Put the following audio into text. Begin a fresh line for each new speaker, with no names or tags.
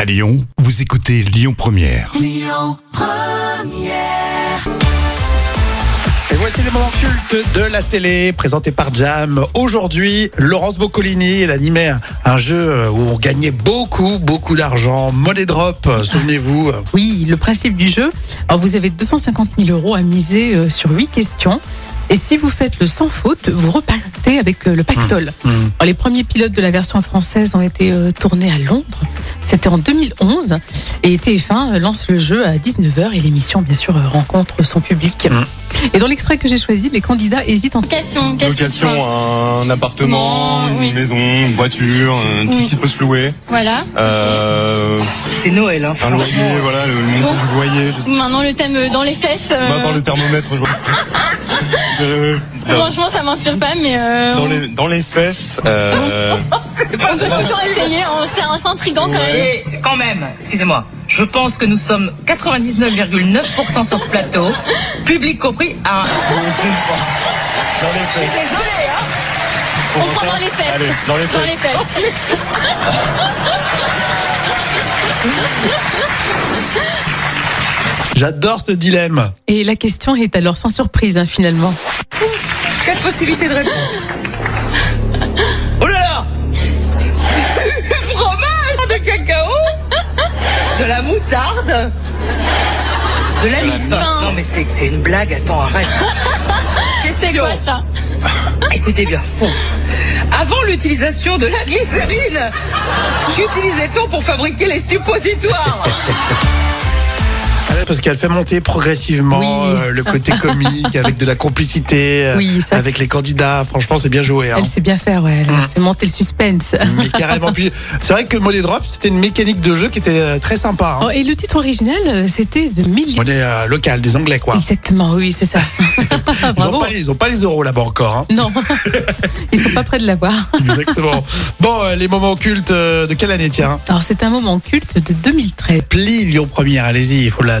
À Lyon, vous écoutez Lyon Première.
Et voici les moments cultes de la télé, présentés par Jam. Aujourd'hui, Laurence Boccolini, elle animait un- un jeu où on gagnait beaucoup, beaucoup d'argent. Money Drop, euh, souvenez-vous.
Oui, le principe du jeu. Alors, vous avez 250 000 euros à miser euh, sur 8 questions. Et si vous faites le sans faute, vous repartez avec euh, le pactole.
Mmh,
Alors, les premiers pilotes de la version française ont été euh, tournés à Londres. C'était en 2011. Et TF1 euh, lance le jeu à 19h et l'émission, bien sûr, euh, rencontre son public.
Mm.
Et dans l'extrait que j'ai choisi, les candidats hésitent entre
Location, qu'est-ce que
Location, hein.
c'est
un appartement,
Oui. Mm.
une maison, une voiture, euh, tout
Oui.
ce qui peut se louer.
Voilà.
Euh,
C'est Noël, hein,
un loyer, voilà, le montant du loyer. Je sais
Maintenant le thème euh, dans les fesses. euh,
pas, par Bah, le thermomètre, je vois. Euh,
Franchement, ça m'inspire pas, mais euh,
dans, les, dans les fesses, euh,
Ah
on peut toujours essayer. on- C'est un- c'est intriguant quand même.
Et quand même, excusez-moi, je pense que nous sommes 99,9% sur ce plateau, public compris, à
dans les fesses.
On prend dans les fesses.
Allez, dans les
Dans les
fesses.
fesses.
J'adore ce dilemme.
Et la question est alors sans surprise, hein, finalement.
quatre possibilités de réponse. Oh là là Fromage de cacao De la moutarde De la mie
mie.
Non mais c'est c'est une blague, attends, arrête.
C'est
Question.
quoi ça
Écoutez bien. Bon. Avant l'utilisation de la glycérine, qu'utilisait-on pour fabriquer les suppositoires
Allez, Ah Parce qu'elle fait monter progressivement
Oui.
euh, le côté comique, avec de la complicité, euh,
Oui, ça-
avec les candidats. Franchement, c'est bien joué. hein.
Elle sait bien faire, ouais. Elle
Mmh.
a fait monter le suspense.
Mais carrément. Puis, c'est vrai que Money Drop, c'était une mécanique de jeu qui était euh, très sympa. hein.
Oh, et le titre original, euh, c'était The Million.
Monnaie euh, locale, des Anglais, quoi.
Exactement, oui, c'est ça.
Ils ont
Bravo.
pas, les- ils ont pas les euros là-bas encore. hein.
Non, ils sont pas près de l'avoir.
Exactement. Bon, euh, les moments cultes euh, de quelle année, tiens
Alors, c'est un moment culte de 2013.
Pli Lyon Première, allez-y, il faut la